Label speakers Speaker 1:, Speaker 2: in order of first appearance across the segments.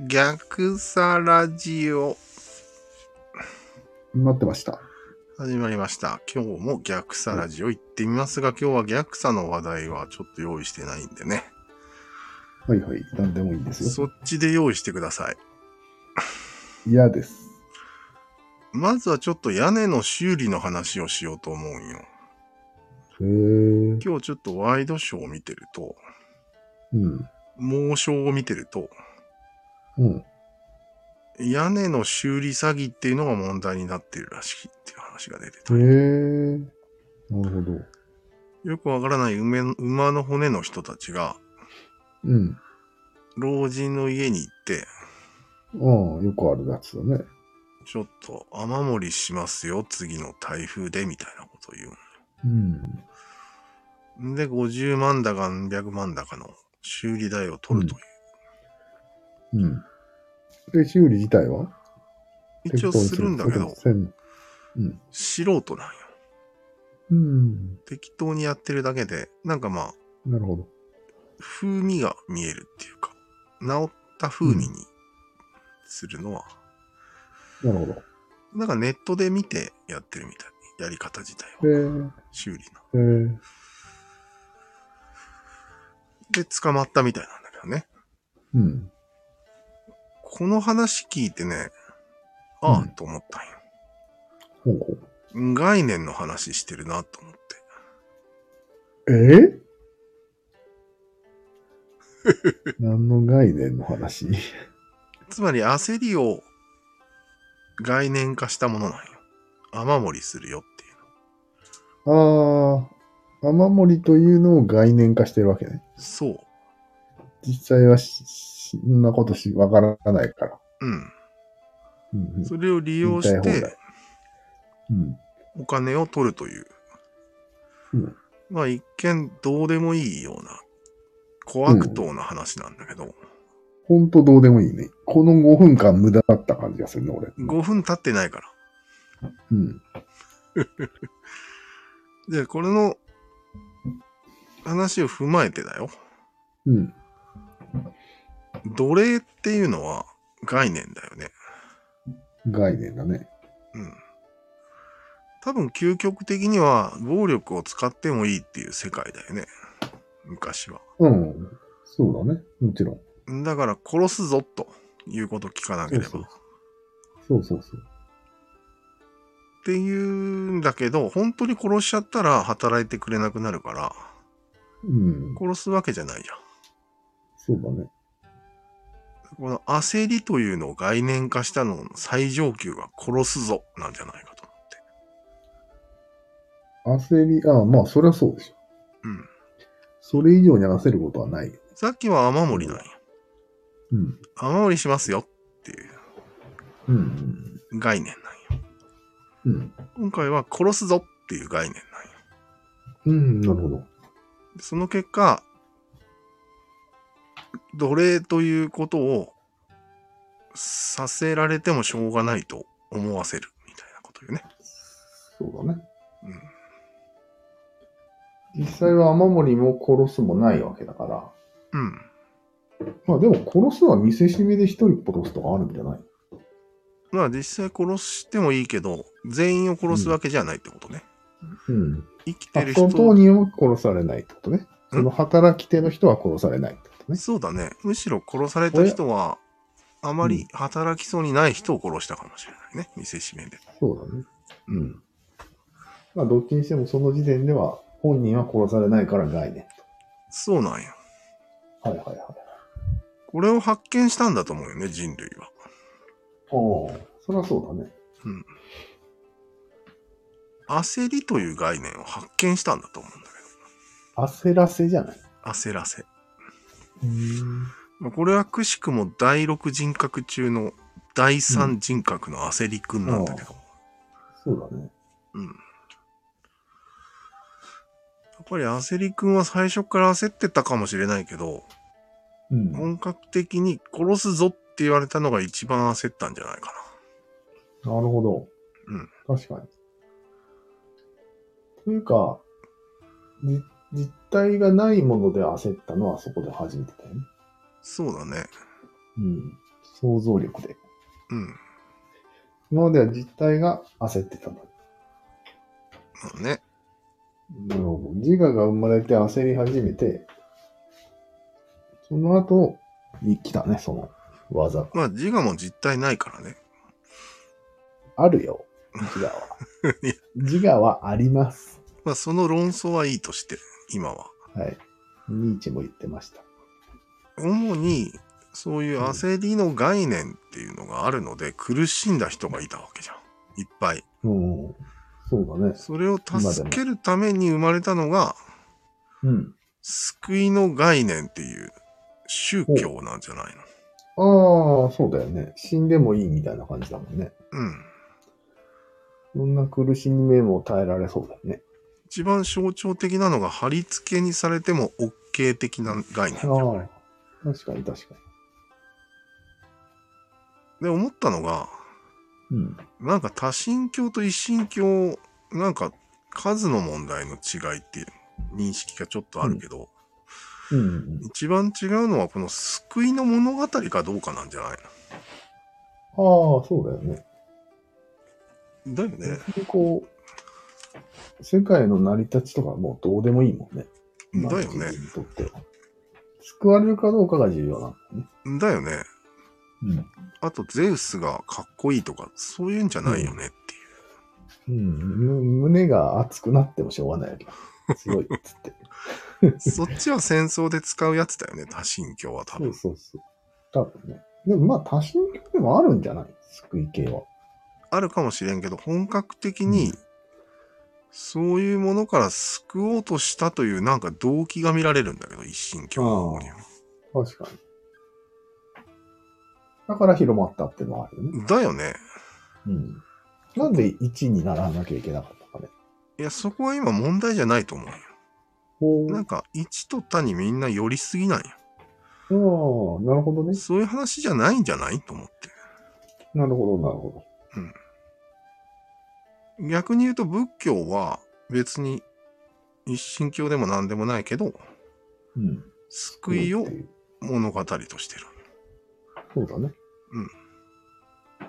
Speaker 1: 逆さラジオ
Speaker 2: 待ってました。
Speaker 1: 始まりました。今日も逆さラジオ行ってみますが、今日は逆さの話題はちょっと用意してないんでね。
Speaker 2: はいはい。何でもいいですよ。
Speaker 1: そっちで用意してください。
Speaker 2: 嫌です。
Speaker 1: まずはちょっと屋根の修理の話をしようと思うんよ。
Speaker 2: へえ。うん。
Speaker 1: 今日ちょっとワイドショーを見てると、猛暑を見てると、
Speaker 2: うん。
Speaker 1: 屋根の修理詐欺っていうのが問題になってるらしいっていう話が出てた。
Speaker 2: へえ。なるほど。
Speaker 1: よくわからない梅馬の骨の人たちが、
Speaker 2: うん。
Speaker 1: 老人の家に行って、
Speaker 2: ああ、よくあるやつだね。
Speaker 1: ちょっと雨漏りしますよ、次の台風で、みたいなことを言
Speaker 2: うん。
Speaker 1: うん。で、50万だか何百万だかの修理代を取るという。
Speaker 2: うん。で、修理自体は
Speaker 1: 一応するんだけど
Speaker 2: 適、当にする
Speaker 1: 素人なんよ。
Speaker 2: うん。うん。
Speaker 1: 適当にやってるだけで、なんかまあ、
Speaker 2: なるほど。
Speaker 1: 風味が見えるっていうか、治った風味にするのは、
Speaker 2: なるほど。
Speaker 1: なんかネットで見てやってるみたい。やり方自体
Speaker 2: へ
Speaker 1: は。
Speaker 2: え。
Speaker 1: 修理の。
Speaker 2: へえ。
Speaker 1: で、捕まったみたいなんだけどね。
Speaker 2: うん。
Speaker 1: この話聞いてね、あ
Speaker 2: う
Speaker 1: あ、
Speaker 2: ん
Speaker 1: と思ったんよ。
Speaker 2: ほうほう。
Speaker 1: 概念の話してるなと思って。
Speaker 2: え何の概念の話
Speaker 1: つまり焦りを概念化したものなんよ。雨漏りするよっていう
Speaker 2: ああ、雨漏りというのを概念化してるわけね。
Speaker 1: の。そう。
Speaker 2: 実際はし、しそんなことし、わからないから。
Speaker 1: うん。
Speaker 2: うんうん
Speaker 1: それを利用
Speaker 2: 言
Speaker 1: し
Speaker 2: いたい放
Speaker 1: て
Speaker 2: 題うん。
Speaker 1: お金を取るという。
Speaker 2: うん
Speaker 1: まあ一見どうでもいいような小悪党な話なんだけど、
Speaker 2: ほんとどうでもいいね。この5分間無駄だった感じがするね、俺。
Speaker 1: 5分経ってないから。
Speaker 2: うん。
Speaker 1: で、これの話を踏まえてだよ。
Speaker 2: うん。
Speaker 1: 奴隷っていうのは概念だよね。
Speaker 2: 概念だね。
Speaker 1: うん。多分究極的には暴力を使ってもいいっていう世界だよね。昔は。
Speaker 2: うん。そうだね。もちろん。
Speaker 1: だから殺すぞということを聞かなければ。
Speaker 2: そうそうそうそうそう。
Speaker 1: っていうんだけど、本当に殺しちゃったら働いてくれなくなるから、
Speaker 2: うん。
Speaker 1: 殺すわけじゃないじゃん。
Speaker 2: そうだね。
Speaker 1: この焦りというのを概念化したのの最上級が殺すぞなんじゃないかと思って。
Speaker 2: 焦り、ああ、まあ、そりゃそうでしょ。
Speaker 1: うん。
Speaker 2: それ以上に焦ることはない。
Speaker 1: さっきは雨漏りなんや。
Speaker 2: うん。
Speaker 1: 雨漏りしますよっていう
Speaker 2: うん。
Speaker 1: 概念なんよ。
Speaker 2: うん。
Speaker 1: 今回は殺すぞっていう概念なんよ。
Speaker 2: うん。なるほど。
Speaker 1: その結果、奴隷ということをさせられてもしょうがないと思わせるみたいなことよね。
Speaker 2: そうだね。
Speaker 1: うん
Speaker 2: 実際は雨漏りも殺すもないわけだから。
Speaker 1: うん。
Speaker 2: まあでも殺すは見せしめで一人殺すとかあるんじゃない
Speaker 1: まあ実際殺してもいいけど、全員を殺すわけじゃないってことね。
Speaker 2: うん。
Speaker 1: 生きてる人
Speaker 2: 本当には殺されないってことね。
Speaker 1: うん
Speaker 2: その働き手の人は殺されないってことね。
Speaker 1: そうだね。むしろ殺された人は、あまり働きそうにない人を殺したかもしれないね。見せしめで。
Speaker 2: そうだね。うん。まあどっちにしてもその時点では本人は殺されないから概念
Speaker 1: そうなんや。
Speaker 2: と。はいはいはい。
Speaker 1: これを発見したんだと思うよね、人類は。
Speaker 2: おお。そりゃそうだね。
Speaker 1: 焦りという概念を発見したんだと思うんだけ
Speaker 2: 焦らせじゃない。
Speaker 1: ど。焦らせ。
Speaker 2: うん。
Speaker 1: まあこれはくしくも第6人格中の第3人格の焦りくんなんだけど。
Speaker 2: そうだね。
Speaker 1: うん。やっぱり焦りくんは最初から焦ってたかもしれないけど、
Speaker 2: うん。
Speaker 1: 本格的に殺すぞって言われたのが一番焦ったんじゃないか
Speaker 2: なるほど。
Speaker 1: うん。
Speaker 2: 確かに。というか、じ実体がないもので焦ったのはそこで初めてだよね。
Speaker 1: な。そうだね。
Speaker 2: うん。想像力で。
Speaker 1: うん。
Speaker 2: 今までは実体が焦ってたの
Speaker 1: まあね。
Speaker 2: に。なるほど。自我が生まれて焦り始めて、その後、に来たね、その技。
Speaker 1: まあ自我も実体ないからね。
Speaker 2: あるよ、自我は
Speaker 1: いや。
Speaker 2: 自我はあります。
Speaker 1: まあその論争はいいとして、今は。
Speaker 2: はい。ニーチェも言ってました。
Speaker 1: 主にそういう焦りの概念っていうのがあるので、苦しんだ人がいたわけじゃん。いっぱい。
Speaker 2: うん。そうだね。
Speaker 1: それを助けるために生まれたのが、
Speaker 2: うん。
Speaker 1: 救いの概念っていう宗教なんじゃないの
Speaker 2: ああ、そうだよね。死んでもいいみたいな感じだもんね。
Speaker 1: うん。
Speaker 2: そんな苦しみ目も耐えられそうだよね。
Speaker 1: 一番象徴的なのが貼り付けにされても OK 的な概念じゃん
Speaker 2: ああ、確かに確か
Speaker 1: で、思ったのが、
Speaker 2: に。うん。
Speaker 1: なんか多神教と一神教、なんか数の問題の違いっていう認識がちょっとあるけど、
Speaker 2: うん。
Speaker 1: 一番違うのはこの救いの物語かどうかなんじゃない
Speaker 2: ああ、そうだよね。
Speaker 1: のだよね。
Speaker 2: 別にこう、世界の成り立ちとかもうどうでもいいもんね。
Speaker 1: だよね
Speaker 2: 今の時期にとっては。救われるかどうかが重要なんだね。
Speaker 1: だよね。
Speaker 2: うん。
Speaker 1: あとゼウスがかっこいいとか、そういうんじゃないよねっていう。
Speaker 2: うん、む胸が熱くなってもしょうがないわけだ。強いっつって。
Speaker 1: そっちは戦争で使うやつだよね、多神教は多
Speaker 2: そう
Speaker 1: 分。
Speaker 2: そうそう。多分ね。でもまあ、多神教でもあるんじゃない救い系は。
Speaker 1: あるかもしれんけど、本格的に、そういうものから救おうとしたというなんか動機が見られるんだけど、一神教の方には。
Speaker 2: 確かに。だから広まったっていうのはあるよね。
Speaker 1: だよね。
Speaker 2: うん。なんで1にならなきゃいけなかったかね。
Speaker 1: いや、そこは今問題じゃないと思うよ。
Speaker 2: ほう。
Speaker 1: な
Speaker 2: あ
Speaker 1: んか、一と他にみんな寄りすぎなんや。
Speaker 2: あー、なるほどね。
Speaker 1: そういう話じゃないんじゃないと思って。
Speaker 2: なるほど、なるほ
Speaker 1: 逆に言うと仏教は別に一神教でも何でもないけど、
Speaker 2: ど。うん。
Speaker 1: 救いを
Speaker 2: っていう
Speaker 1: 物語としてる。
Speaker 2: そうだね。
Speaker 1: だ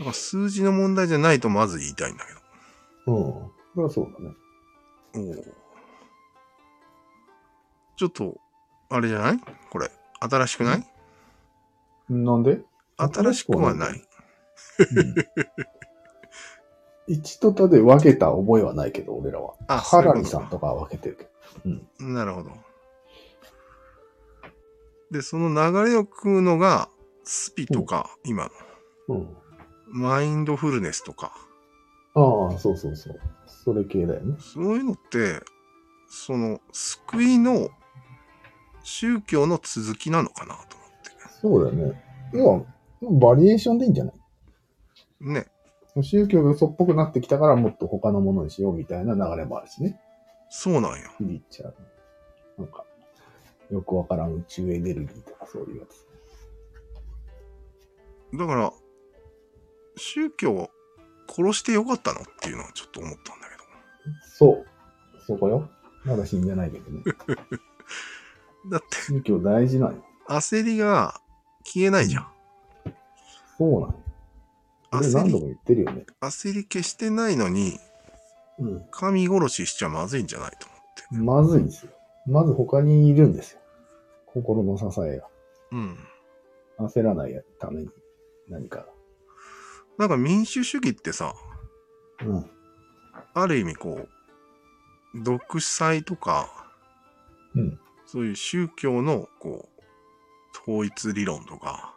Speaker 1: から数字の問題じゃないとまず言いたいんだけ
Speaker 2: うん。それはそうだね。
Speaker 1: ど。おーちょっと、あれじゃないこれ、新しくない
Speaker 2: なんで
Speaker 1: 新しくはない。。
Speaker 2: 一と他で分けた覚えはないけど、俺らは。
Speaker 1: あ
Speaker 2: ハラミ
Speaker 1: そうい
Speaker 2: さ
Speaker 1: うこと
Speaker 2: んとかは分けてるけど。
Speaker 1: なるほど。で、その流れを食うのが、スピとか、今の、
Speaker 2: うん。
Speaker 1: マインドフルネスとか、
Speaker 2: ああ、そうそうそう。それ系だよね。
Speaker 1: そういうのって、その、救いの宗教の続きなのかなと思って。
Speaker 2: そうだよね。要は、バリエーションでいいんじゃない
Speaker 1: ね。
Speaker 2: 宗教が嘘っぽくなってきたからもっと他のものにしようみたいな流れもあるしね。
Speaker 1: そうなんよ。
Speaker 2: スピリチュアル。なんか、よくわからん宇宙エネルギーとかそういうやつ。
Speaker 1: だから、宗教を殺してよかったのっていうのはちょっと思ったんだけ
Speaker 2: そう。そこよ。まだ死んでないけどね。
Speaker 1: ど。だって、
Speaker 2: 宗教大事なんよ。
Speaker 1: 焦りが消えないじゃん。
Speaker 2: そうなんよ。俺
Speaker 1: 焦
Speaker 2: 何度
Speaker 1: り、
Speaker 2: も言ってるよね。
Speaker 1: 焦り消してないのに、
Speaker 2: うん。
Speaker 1: 神殺ししちゃまずいんじゃないと思って。
Speaker 2: まずいんですよ。まず他にいるんですよ。心の支えが。
Speaker 1: うん。
Speaker 2: 焦らないために何か
Speaker 1: なんか民主主義ってさ、
Speaker 2: が。うん。
Speaker 1: ある意味こう、独裁とか、
Speaker 2: うん。
Speaker 1: そういう宗教のこう、統一理論とか、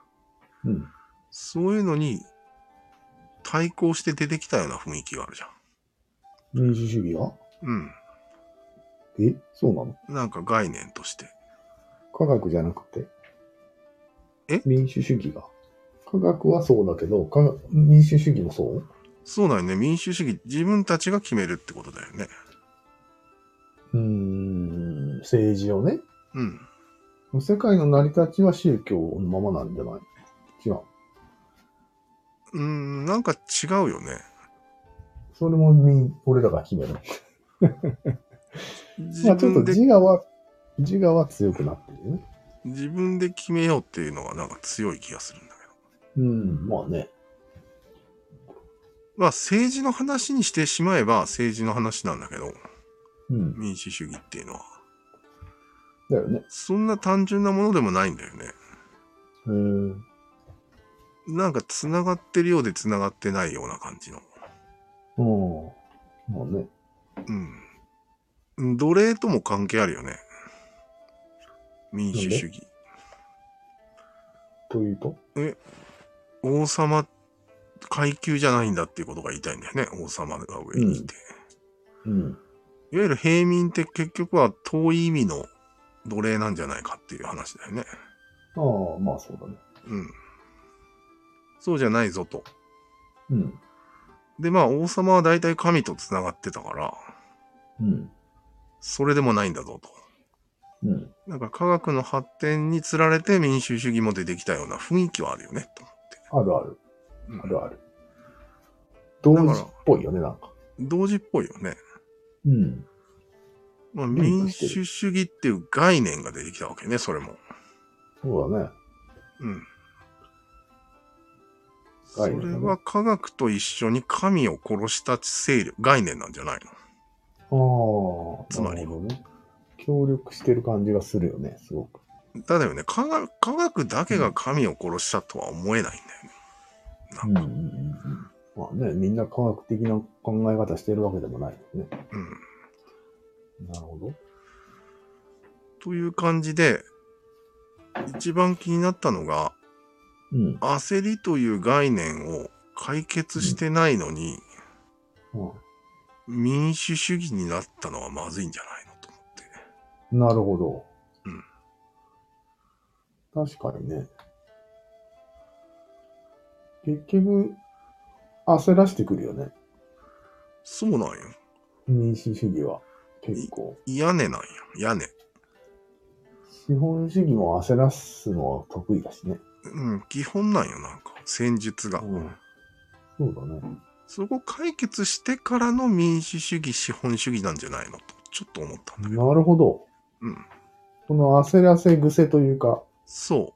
Speaker 2: うん。
Speaker 1: そういうのに対抗して出てきたような雰囲気があるじゃん。
Speaker 2: 民主主義は
Speaker 1: うん。
Speaker 2: えそうなの
Speaker 1: なんか概念として。
Speaker 2: 科学じゃなくて
Speaker 1: え
Speaker 2: 民主主義が。科学はそうだけど、科学民主主義もそう
Speaker 1: そうだよね。民主主義、自分たちが決めるってことだよね。
Speaker 2: うーん、政治をね。
Speaker 1: うん。
Speaker 2: 世界の成り立ちは宗教のままなんじゃない違う。
Speaker 1: うーん、なんか違うよね。
Speaker 2: それも民俺らが決める。ま
Speaker 1: 自
Speaker 2: あちょっと
Speaker 1: 分で、
Speaker 2: 自我は、自我は強くなってるよね。
Speaker 1: 自分で決めようっていうのはなんか強い気がするんだけど。
Speaker 2: うん、まあね。
Speaker 1: まあ政治の話にしてしまえば政治の話なんだけど、
Speaker 2: うん。
Speaker 1: 民主主義っていうのは。
Speaker 2: だよね。
Speaker 1: そんな単純なものでもないんだよね。
Speaker 2: へー
Speaker 1: なんか繋がってるようで繋がってないような感じの。
Speaker 2: うん。まあね。
Speaker 1: うん。奴隷とも関係あるよね。民主主義。
Speaker 2: というと
Speaker 1: 王様階級じゃないんだっていうことが言いたいんだよね。王様が上にいて。
Speaker 2: うん。
Speaker 1: いわゆる平民って結局は遠い意味の奴隷なんじゃないかっていう話だよね。
Speaker 2: ああ、まあそうだね。
Speaker 1: うん。そうじゃないぞと。
Speaker 2: うん。
Speaker 1: で、まあ王様は大体神と繋がってたから、
Speaker 2: うん。
Speaker 1: それでもないんだぞと。
Speaker 2: うん。
Speaker 1: なんか科学の発展につられて民主主義も出てきたような雰囲気はあるよね、と
Speaker 2: あるある。
Speaker 1: 思って。う
Speaker 2: あ
Speaker 1: ん
Speaker 2: るある。同
Speaker 1: ら
Speaker 2: 時っぽいよね、なんか。
Speaker 1: 同時っぽいよね。
Speaker 2: うん。
Speaker 1: まあ、
Speaker 2: 何
Speaker 1: 民
Speaker 2: かして
Speaker 1: 主
Speaker 2: る
Speaker 1: 主義っていう概念が出てきたわけね、それも。
Speaker 2: そうだね。
Speaker 1: うん。そ
Speaker 2: 概念だね
Speaker 1: れは科学と一緒に神を殺した勢力、概念なんじゃないの
Speaker 2: ああ、
Speaker 1: つまり
Speaker 2: なるほどね。協力してる感じがするよね、すごく。
Speaker 1: ただよね科学、科学だけが神を殺したとは思えないんだよね。
Speaker 2: うんうんうんうん。まあね、みんな科学的な考え方してるわけでもないよね。
Speaker 1: うん。
Speaker 2: なるほど。
Speaker 1: という感じで、一番気になったのが、
Speaker 2: うん。
Speaker 1: 焦りという概念を解決してないのに、民主主義になったのはまずいんじゃないのと思って。
Speaker 2: うん、なるほど。
Speaker 1: うん
Speaker 2: 確かにね。結局、焦らしてくるよね。
Speaker 1: そうなんよ。
Speaker 2: 民主主義は。結構。
Speaker 1: 屋根なんよ。屋根。
Speaker 2: 資本主義も焦らすのは得意だしね。
Speaker 1: うん、基本なんよ、なんか。戦術が。
Speaker 2: うん。そうだね。
Speaker 1: そこ解決してからの民主主義、資本主義なんじゃないのと、ちょっと思ったんだけど。
Speaker 2: なるほど。
Speaker 1: うん。
Speaker 2: この焦らせ癖というか、
Speaker 1: そ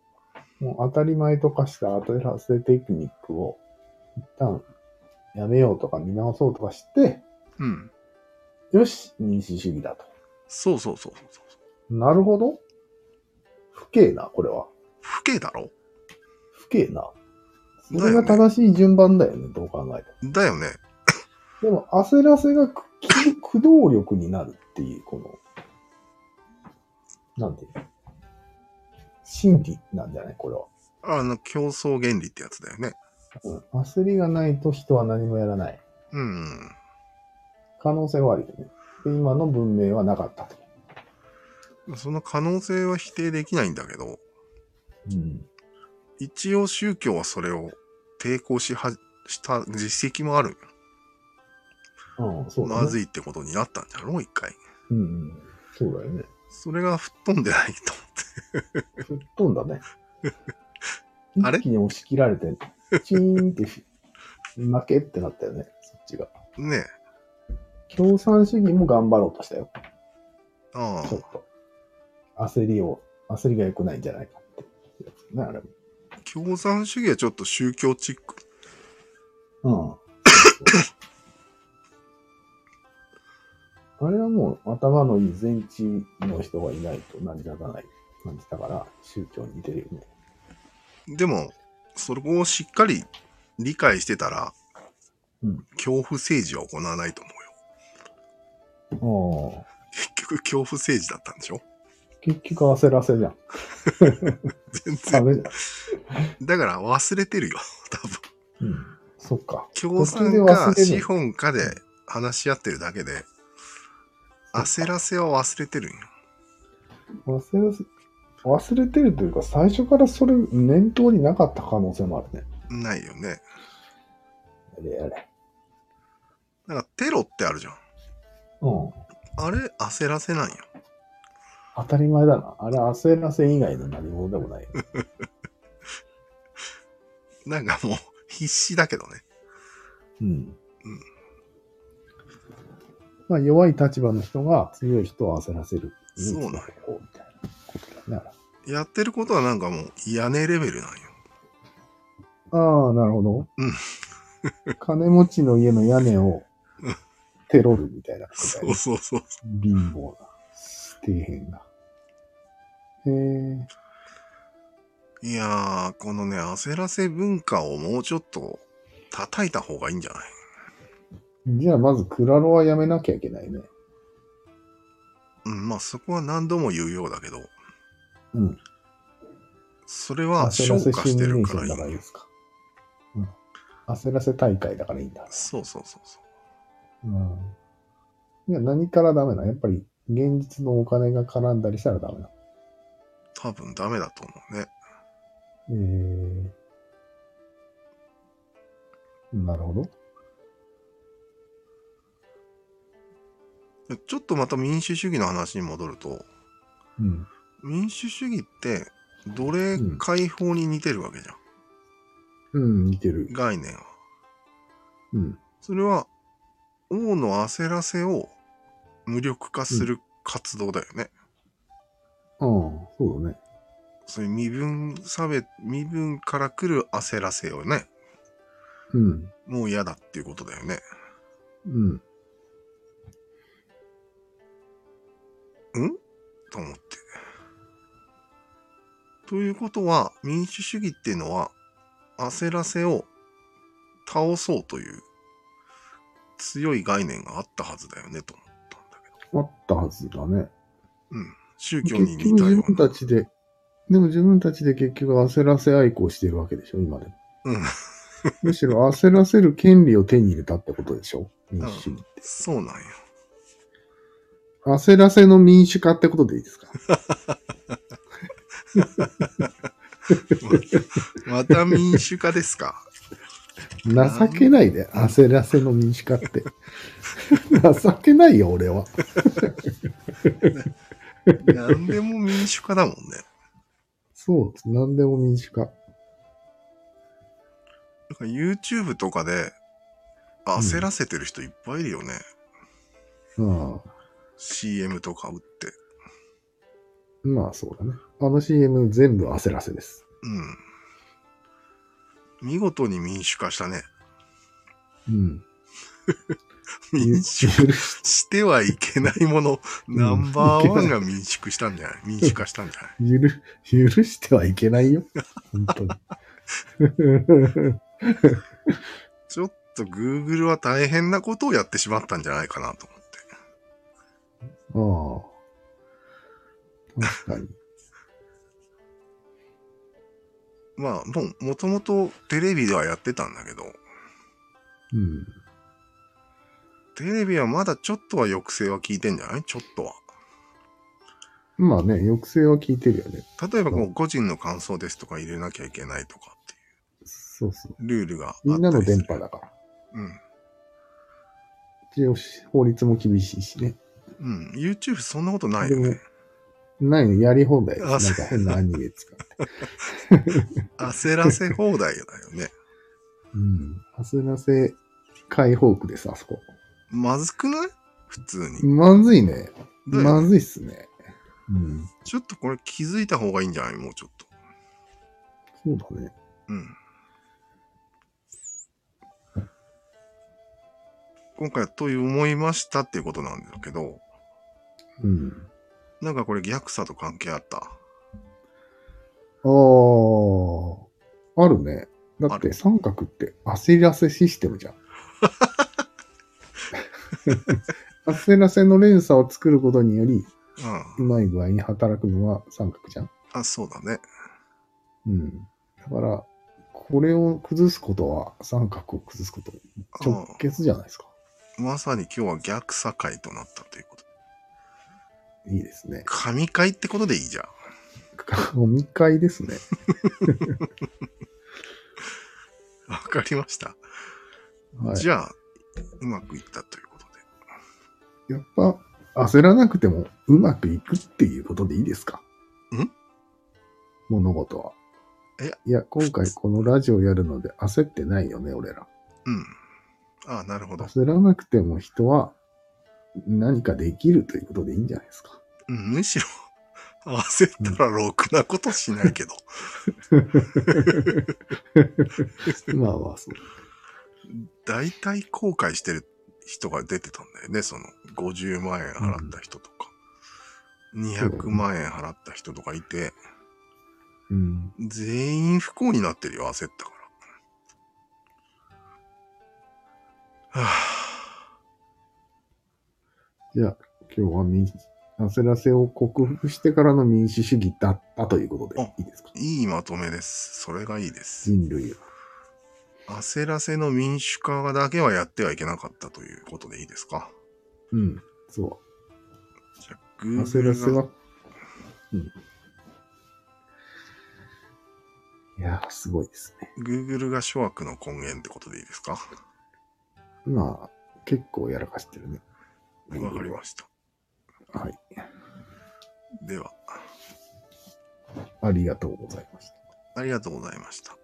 Speaker 2: もう当たり前と化した焦らせテクニックを一旦やめようとか見直そうとかして、
Speaker 1: う。うん。
Speaker 2: よし、民主主義だと。
Speaker 1: そうそうそうそうそう。
Speaker 2: なるほど。不敬な、これは。
Speaker 1: 不敬だろ
Speaker 2: 不敬な。そ
Speaker 1: だ
Speaker 2: れ
Speaker 1: よ
Speaker 2: が
Speaker 1: ね
Speaker 2: 正しい順番だよね、どう考えて
Speaker 1: だよね。
Speaker 2: も。でも、焦らせがく結局駆動力になるっていう、この、なんていうの心理なんじゃないこれは。
Speaker 1: あの、競争原理ってやつだよね。
Speaker 2: うん焦りがないと人は何もやらない。
Speaker 1: うんうん。
Speaker 2: 可能性はあるよね。で、今の文明はなかったと。
Speaker 1: その可能性は否定できないんだけど、
Speaker 2: うん。
Speaker 1: 一応宗教はそれを抵抗しはした実績もあるよ。
Speaker 2: うん、そうだね。
Speaker 1: まずいってことになったんじゃろう、一回。
Speaker 2: うんうん。そうだよね。
Speaker 1: それが吹っ飛んでないと思って。
Speaker 2: 吹っ飛んだね。
Speaker 1: あれ
Speaker 2: 一気に押し切られて、チーンってし、負けってなったよね、そっちが。
Speaker 1: ね
Speaker 2: 共産主義も頑張ろうとしたよ、
Speaker 1: え。あ
Speaker 2: ちょっと。焦りを、焦りが良くないんじゃないかってやつね、あれ
Speaker 1: あ。共産主義はちょっと宗教チック。
Speaker 2: も。うん。あれはもう頭のいい全知の人がいないと成り立たない感じだから、宗教に似てるよね。
Speaker 1: でも、そこをしっかり理解してたら、
Speaker 2: うん
Speaker 1: 恐怖政治は行わないと思うよ。
Speaker 2: ああ。
Speaker 1: 結局恐怖政治だったんでしょ
Speaker 2: 結局焦らせじゃん。
Speaker 1: 全
Speaker 2: ダ
Speaker 1: 然。
Speaker 2: メじゃん。
Speaker 1: だから忘れてるよ、 多分。
Speaker 2: うん。そっか。
Speaker 1: 共産
Speaker 2: 途中
Speaker 1: か
Speaker 2: で忘れる
Speaker 1: 資本かで話し合ってるだけで、焦らせは忘れてるんよ。
Speaker 2: 忘れす、忘れてるというか、最初からそれ念頭になかった可能性もあるね。
Speaker 1: ないよね。
Speaker 2: やれやれ。
Speaker 1: なんかテロってあるじゃん。
Speaker 2: うん。
Speaker 1: あれ焦らせなんよ。
Speaker 2: 当たり前だな。あれ焦らせ以外の何物でもない。
Speaker 1: なんかもう必死だけどね。
Speaker 2: うん。まあ、弱い立場の人が強い人を焦らせる。
Speaker 1: そうなん
Speaker 2: だ
Speaker 1: や
Speaker 2: よ。こうみたいなことだね。
Speaker 1: やってることはなんかもう屋根レベルなんよ。
Speaker 2: ああ、なるほど。
Speaker 1: う
Speaker 2: 金持ちの家の屋根をテロるみたいなことだ
Speaker 1: そ
Speaker 2: よ
Speaker 1: うそうそう。
Speaker 2: 貧乏な底辺が。へえ。
Speaker 1: いやー、このね、焦らせ文化をもうちょっと叩いた方がいいんじゃない
Speaker 2: じゃあまずクラロはやめなきゃいけないね。
Speaker 1: うん、まあそこは何度も言うようだけど、
Speaker 2: うん。
Speaker 1: それは消化してるからいい
Speaker 2: だからいいですか。うん。焦らせ大会だからいいんだ。
Speaker 1: そうそうそうそう。
Speaker 2: うん。いや、何からダメなのやっぱり現実のお金が絡んだりしたらダメな
Speaker 1: 多分ダメだと思うね。
Speaker 2: の。へえ。なるほど。
Speaker 1: ちょっとまた民主主義の話に戻ると、
Speaker 2: うん。
Speaker 1: 民主主義って奴隷
Speaker 2: うん
Speaker 1: 解放に似てるわけじゃん。
Speaker 2: うん、似てる。
Speaker 1: 概念は。
Speaker 2: うん。
Speaker 1: それは王の焦らせを無力化する活動だよね。
Speaker 2: ああ、そうだね。
Speaker 1: そういう身分差別、身分から来る焦らせをね、
Speaker 2: うん。
Speaker 1: もう嫌だっていうことだよね。
Speaker 2: うん。
Speaker 1: んと思って。ということは、民主主義っていうのは、焦らせを倒そうという強い概念があったはずだよねと思ったんだけど。
Speaker 2: あったはずだね。
Speaker 1: うん。宗
Speaker 2: 結
Speaker 1: 教
Speaker 2: 局
Speaker 1: に似た
Speaker 2: 自
Speaker 1: よう
Speaker 2: 分
Speaker 1: な。
Speaker 2: たちで、でも自分たちで結局焦らせ愛好してるわけでしょ、今でも。
Speaker 1: うん。
Speaker 2: むしろ焦らせる権利を手に入れたってことでしょ、民主主義。
Speaker 1: そうなんよ。
Speaker 2: 焦らせの民主化ってことでいいですか
Speaker 1: また民主化ですか。
Speaker 2: 情けないで、焦らせの民主化って。 情けないよ、俺は。
Speaker 1: 何でも民主化だもんね。
Speaker 2: そう、何でも民主化。
Speaker 1: だから YouTube とかで焦らせてる人いっぱいいるよね。
Speaker 2: ああ
Speaker 1: CM とか打って。
Speaker 2: まあそうだね。あの CM 全部焦らせです。
Speaker 1: うん。見事に民主化したね。
Speaker 2: うん。
Speaker 1: 民主化
Speaker 2: 許し
Speaker 1: してはいけないもの、
Speaker 2: ん
Speaker 1: ナンバーワンが民主化したんじゃない民主化したんじゃない
Speaker 2: 許許してはいけないよ。本当に。
Speaker 1: ちょっと Google は大変なことをやってしまったんじゃないかなと思って。
Speaker 2: ああ。確かに。
Speaker 1: まあ、もう、もともとテレビではやってたんだけど、
Speaker 2: うん。
Speaker 1: テレビはまだちょっとは抑制は効いてんじゃないちょっとは。
Speaker 2: まあね、抑制は効いてるよね。
Speaker 1: 例えばこう、個人の感想ですとか入れなきゃいけないとかって
Speaker 2: そうそう。
Speaker 1: いうルールがあったりする。
Speaker 2: みんなの電波だから。
Speaker 1: うん。
Speaker 2: 一応し法律も厳しいしね。
Speaker 1: うん。YouTube そんなことないよね。
Speaker 2: ないのやり放題です。
Speaker 1: あ
Speaker 2: なんか変なアニメ使って。
Speaker 1: 焦らせ放題だよね。
Speaker 2: うん。焦らせ解放区です、あそこ。
Speaker 1: まずくない普通に。
Speaker 2: まずいね。
Speaker 1: だよね
Speaker 2: まずいっすね。うん。
Speaker 1: ちょっとこれ気づいた方がいいんじゃないもうちょっと。
Speaker 2: そうだね。
Speaker 1: うん。今回はという思いましたっていうことなんだけど、
Speaker 2: うん。
Speaker 1: なんかこれ逆さと関係あった。
Speaker 2: ああ。あるね。だ
Speaker 1: あ
Speaker 2: って
Speaker 1: る
Speaker 2: 三角って焦らせシステムじゃん。 焦らせの連鎖を作ることにより、
Speaker 1: う。
Speaker 2: うんまい具合に働くのは三角じゃん。
Speaker 1: あ、そうだね。
Speaker 2: うん。だから、これを崩すことは三角を崩すこと直
Speaker 1: あ
Speaker 2: 結じゃないですか。
Speaker 1: まさに今日は逆さ会となったということ。
Speaker 2: いいですね。
Speaker 1: 神会ってことでいいじゃん。
Speaker 2: 飲み会ですね。
Speaker 1: わかりました。
Speaker 2: はい
Speaker 1: じ。ゃあ、うまくいったということで。
Speaker 2: やっぱ、焦らなくてもうまくいくっていうことでいいですか
Speaker 1: ん
Speaker 2: 物事は。
Speaker 1: え
Speaker 2: いや、今回このラジオやるので焦ってないよね、俺ら。
Speaker 1: うん。ああ、なるほど。
Speaker 2: 焦らなくても 人は何かできるということでいいんじゃないですか。
Speaker 1: うん、むしろ焦ったらろくなことしない けど。
Speaker 2: まあまあ、そう。
Speaker 1: 大体後悔してる人が出てたんだよね。その50万円払った人とか、200万円払った人とかいて、
Speaker 2: うん。
Speaker 1: 全員不幸になってるよ、焦ったから。はあ、
Speaker 2: じゃあ、今日は民主、焦らせを克服してからの民主主義だったということで
Speaker 1: あ
Speaker 2: いいですか
Speaker 1: いいまとめです。それがいいです。
Speaker 2: 人類は。
Speaker 1: 焦らせの民主化だけはやってはいけなかったということでいいですか
Speaker 2: うん。そ
Speaker 1: じゃあ
Speaker 2: う。
Speaker 1: Google
Speaker 2: 焦らせ
Speaker 1: が
Speaker 2: は。うん。いやー、すごいですね。
Speaker 1: Google が諸悪の根源ってことでいいですか
Speaker 2: まあ、結構やらかしてるね。
Speaker 1: わかりました。
Speaker 2: す。はい。
Speaker 1: では、
Speaker 2: ありがとうございました。
Speaker 1: ありがとうございました。